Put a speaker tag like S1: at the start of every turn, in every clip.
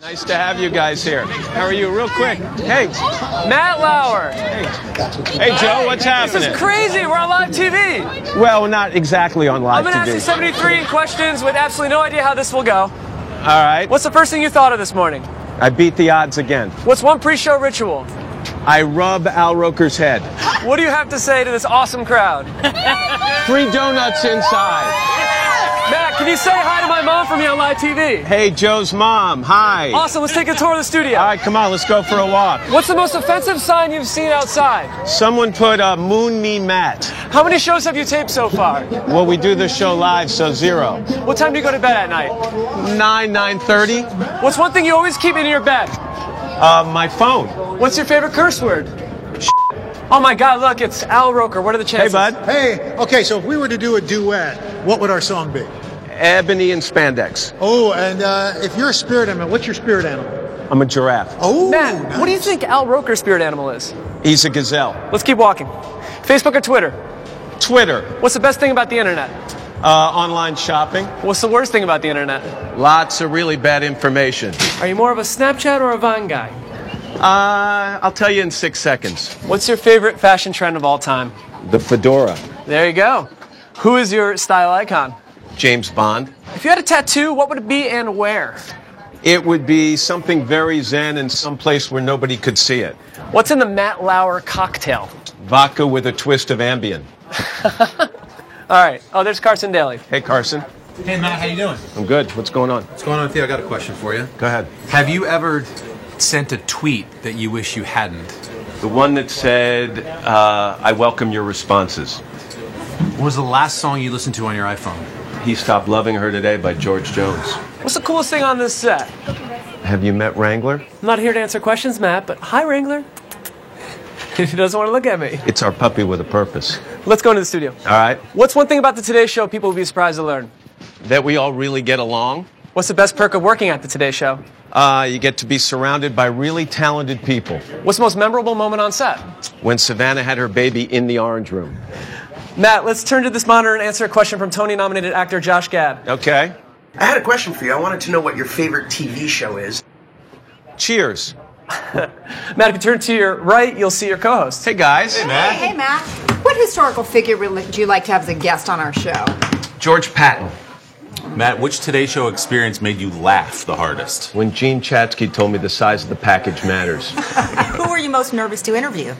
S1: Nice to have you guys here. How are you? Real quick. Hey,
S2: Matt Lauer.
S1: hey, Joe, what's
S2: This
S1: happening?
S2: is crazy. We're on live TV.
S1: Well, not exactly on
S2: I'm
S1: live
S2: going to ask you
S1: TV.
S2: 73 questions with absolutely no idea how this will go.
S1: All right.
S2: What's the first thing you thought of this morning?
S1: I beat the odds again.
S2: What's one pre show ritual?
S1: I rub Al Roker's head.
S2: What do you have to say to this awesome crowd?
S1: Free donuts inside.
S2: Matt, can you say hi to my mom from here on live TV?
S1: Hey, Joe's mom. Hi. All
S2: Awesome. Let's take a tour of the studio.
S1: right, come on, let's go for a walk.
S2: What's the most offensive sign you've seen outside?
S1: Someone put a moon me mat.
S2: How many shows have you taped so far?
S1: Well, we do this show live, so zero.
S2: What time do you go to bed at night?
S1: Nine, nine thirty.
S2: What's one thing you always keep in your bed?
S1: Uh, my phone.
S2: What's your favorite curse word? Oh my God! Look, it's Al Roker. What are the
S1: Hey,
S2: chances?
S1: bud.
S3: Hey, okay, so if we were to do a duet, what would our song be?
S1: Ebony and spandex.
S3: Oh, and uh, if you're a spirit animal, what's your spirit animal?
S1: I'm a giraffe.
S3: Oh,
S2: Matt, what do you think Al Roker's spirit animal is?
S1: He's a gazelle.
S2: Let's keep walking. Facebook or Twitter?
S1: Twitter.
S2: What's the best thing about the internet?
S1: Uh, online shopping.
S2: What's the worst thing about the internet?
S1: Lots of really bad information.
S2: Are you more of a Snapchat or a Vine guy?
S1: Uh, I'll tell you in six seconds.
S2: What's your favorite fashion trend of all time?
S1: The fedora.
S2: There you go. Who is your style icon?
S1: James Bond.
S2: If you had a tattoo, what would it be and where?
S1: It would be something very zen in some place where nobody could see it.
S2: What's in the Matt Lauer cocktail?
S1: Vodka with a twist of Ambien.
S2: All right. Oh, there's Carson Daly.
S1: Hey, Carson.
S4: Hey Matt, how you doing?
S1: I'm good. What's going on?
S4: What's going on with you? I got a question for you.
S1: Go ahead.
S4: Have you ever sent a tweet that you wish you hadn't?
S1: The one that said, uh, I welcome your responses.
S4: What was the last song you listened to on your iPhone?
S1: He Stopped Loving Her Today by George Jones.
S2: What's the coolest thing on this set?
S1: Have you met Wrangler?
S2: I'm not here to answer questions, Matt, but hi, Wrangler. he doesn't want to look at me.
S1: It's our puppy with a purpose.
S2: Let's go into the studio.
S1: All right?
S2: What's one thing about the Today Show people would be surprised to learn?
S1: That we all really get along.
S2: What's the best perk of working at the Today Show?
S1: Uh, you get to be surrounded by really talented people.
S2: What's the most memorable moment on set?
S1: When Savannah had her baby in the orange room.
S2: Matt, let's turn to this monitor and answer a question from Tony nominated actor Josh Gad.
S1: Okay?
S5: I had a question for you. I wanted to know what your favorite TV show is.
S1: Cheers.
S2: Matt, if you turn to your right, you'll see your co host.
S1: Hey, guys.
S6: Hey, hey, Matt. What historical figure would you like to have as a guest on our show?
S5: George Patton.
S7: Matt, which Today Show experience made you laugh the hardest?
S1: When Gene Chatsky told me the size of the package matters.
S8: Who were you most nervous to interview?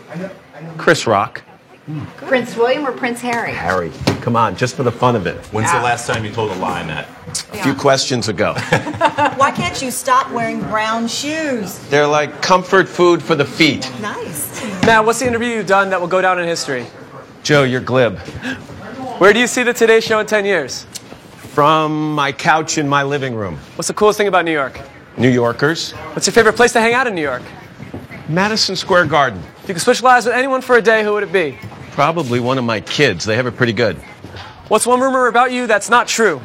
S1: Chris Rock.
S6: Prince William or Prince Harry?
S1: Harry, come on, just for the fun of it.
S7: When's
S4: Ah.
S7: the last time you told a lie, Matt?
S1: A few questions ago.
S8: Why can't you stop wearing brown shoes?
S1: They're like comfort food for the feet.
S8: Nice.
S2: Matt, what's the interview you've done that will go down in history?
S1: Joe, you're glib.
S2: Where do you see the Today Show in 10 years?
S1: From my couch in my living room.
S2: What's the coolest thing about New York?
S1: New Yorkers,
S2: What's your favorite place to hang out in New York?
S1: Madison Square Garden.
S2: If you could switch lives with anyone for a day, who would it be?
S1: Probably one of my kids. They have it pretty good.
S2: What's one rumor about you that's not true?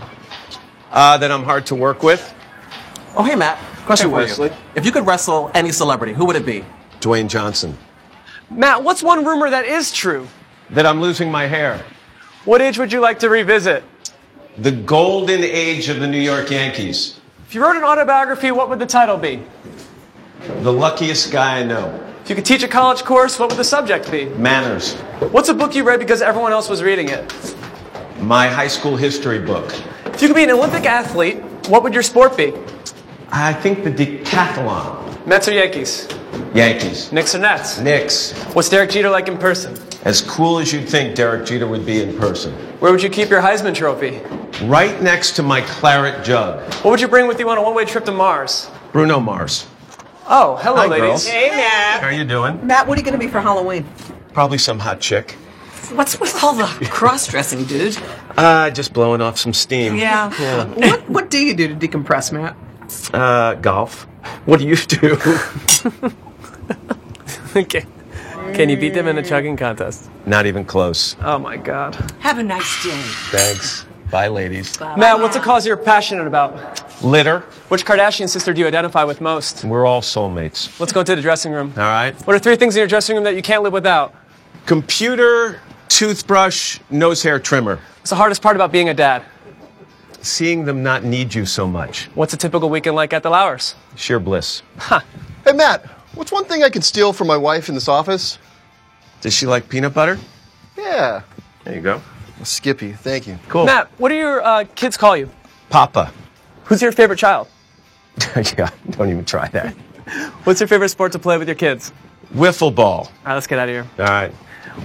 S1: Uh, that I'm hard to work with.
S9: Oh, hey, Matt. Question
S1: Hey,
S9: for
S1: Wesley.
S9: you. If you could wrestle any celebrity, who would it be?
S1: Dwayne Johnson.
S2: Matt, what's one rumor that is true?
S1: That I'm losing my hair.
S2: What age would you like to revisit?
S1: The golden age of the New York Yankees.
S2: If you wrote an autobiography, what would the title be?
S1: The luckiest guy I know.
S2: If you could teach a college course, what would the subject be?
S1: Manners.
S2: What's a book you read because everyone else was reading it?
S1: My high school history book.
S2: If you could be an Olympic athlete, what would your sport be?
S1: I think the decathlon.
S2: Mets or Yankees?
S1: Yankees.
S2: Knicks or Nets?
S1: Knicks.
S2: What's Derek Jeter like in person?
S1: As cool as you'd think Derek Jeter would be in person.
S2: Where would you keep your Heisman Trophy?
S1: Right next to my claret jug.
S2: What would you bring with you on a one way trip to Mars?
S1: Bruno Mars.
S2: Oh, hello,
S1: Hi,
S2: ladies.
S1: girls. Hey, Matt. How are you doing?
S8: Matt, what are you going to be for Halloween?
S1: Probably some hot chick.
S8: What's with all the cross-dressing, dude?
S1: Uh, just blowing off some steam.
S8: Yeah. What What do you do to decompress, Matt?
S1: Uh, golf. What do you do?
S2: Okay. Can you beat them in a chugging contest?
S1: Not even close.
S2: Oh my God.
S8: Have a nice day.
S1: Thanks. Bye, ladies.
S2: Matt, what's a cause you're passionate about?
S1: Litter.
S2: Which Kardashian sister do you identify with most?
S1: We're all soulmates.
S2: Let's go into the dressing room.
S1: All right.
S2: What are three things in your dressing room that you can't live without?
S1: Computer, toothbrush, nose hair trimmer.
S2: What's the hardest part about being a dad?
S1: seeing them not need you so much.
S2: What's a typical weekend like at the Lowers?
S1: Sheer bliss.
S10: Hey, Matt, what's one thing I could steal from my wife in this office?
S1: Does she like peanut butter?
S10: Yeah.
S1: There you go.
S10: Skippy, thank you.
S1: Cool.
S2: Matt, what do your uh, kids call you?
S1: Papa.
S2: Who's your favorite child?
S1: yeah, don't even try that.
S2: What's your favorite sport to play with your kids?
S1: Wiffle ball.
S2: All right, let's get out of here.
S1: All right.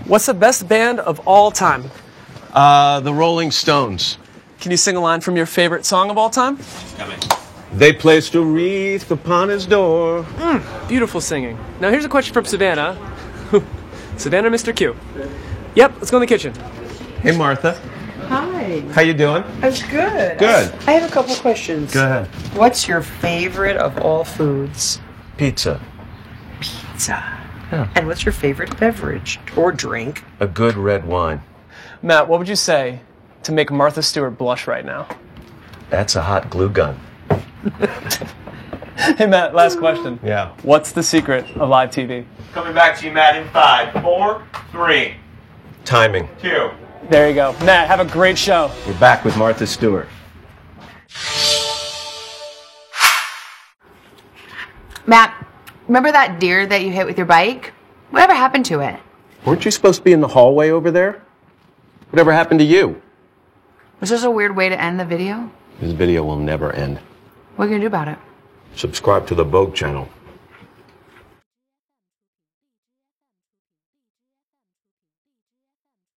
S2: What's the best band of all time?
S1: Uh, the Rolling Stones.
S2: Can you sing a line from your favorite song of all time?
S1: They placed a wreath upon his door.
S2: Beautiful singing. Now here's a question from Savannah. Savannah, Mr. Q. Yep, let's go in the kitchen.
S1: Hey, Martha.
S11: Hi,
S1: How you doing?
S11: I'm good.
S1: Good.
S11: I have a couple questions.
S1: ahead.
S11: What's your favorite of all foods?
S1: Pizza.
S11: Pizza. And what's your favorite beverage or drink?
S1: A good red wine.
S2: Matt, what would you say to make Martha Stewart blush right now?
S1: That's a hot glue gun.
S2: Hey, Matt, last question.
S1: Yeah.
S2: What's the secret of live TV?
S12: Coming back to you, Matt, in five, four, three,
S1: Timing.
S12: two.
S2: There you go. Matt, have a great show.
S1: We're back with Martha Stewart.
S6: Matt, remember that deer that you hit with your bike? Whatever happened to it?
S1: Weren't you supposed to be in the hallway over there? Whatever happened to you?
S6: Was this a weird way to end the video?
S1: This video will never end.
S6: What are you gonna do about it?
S1: Subscribe to the Vogue channel.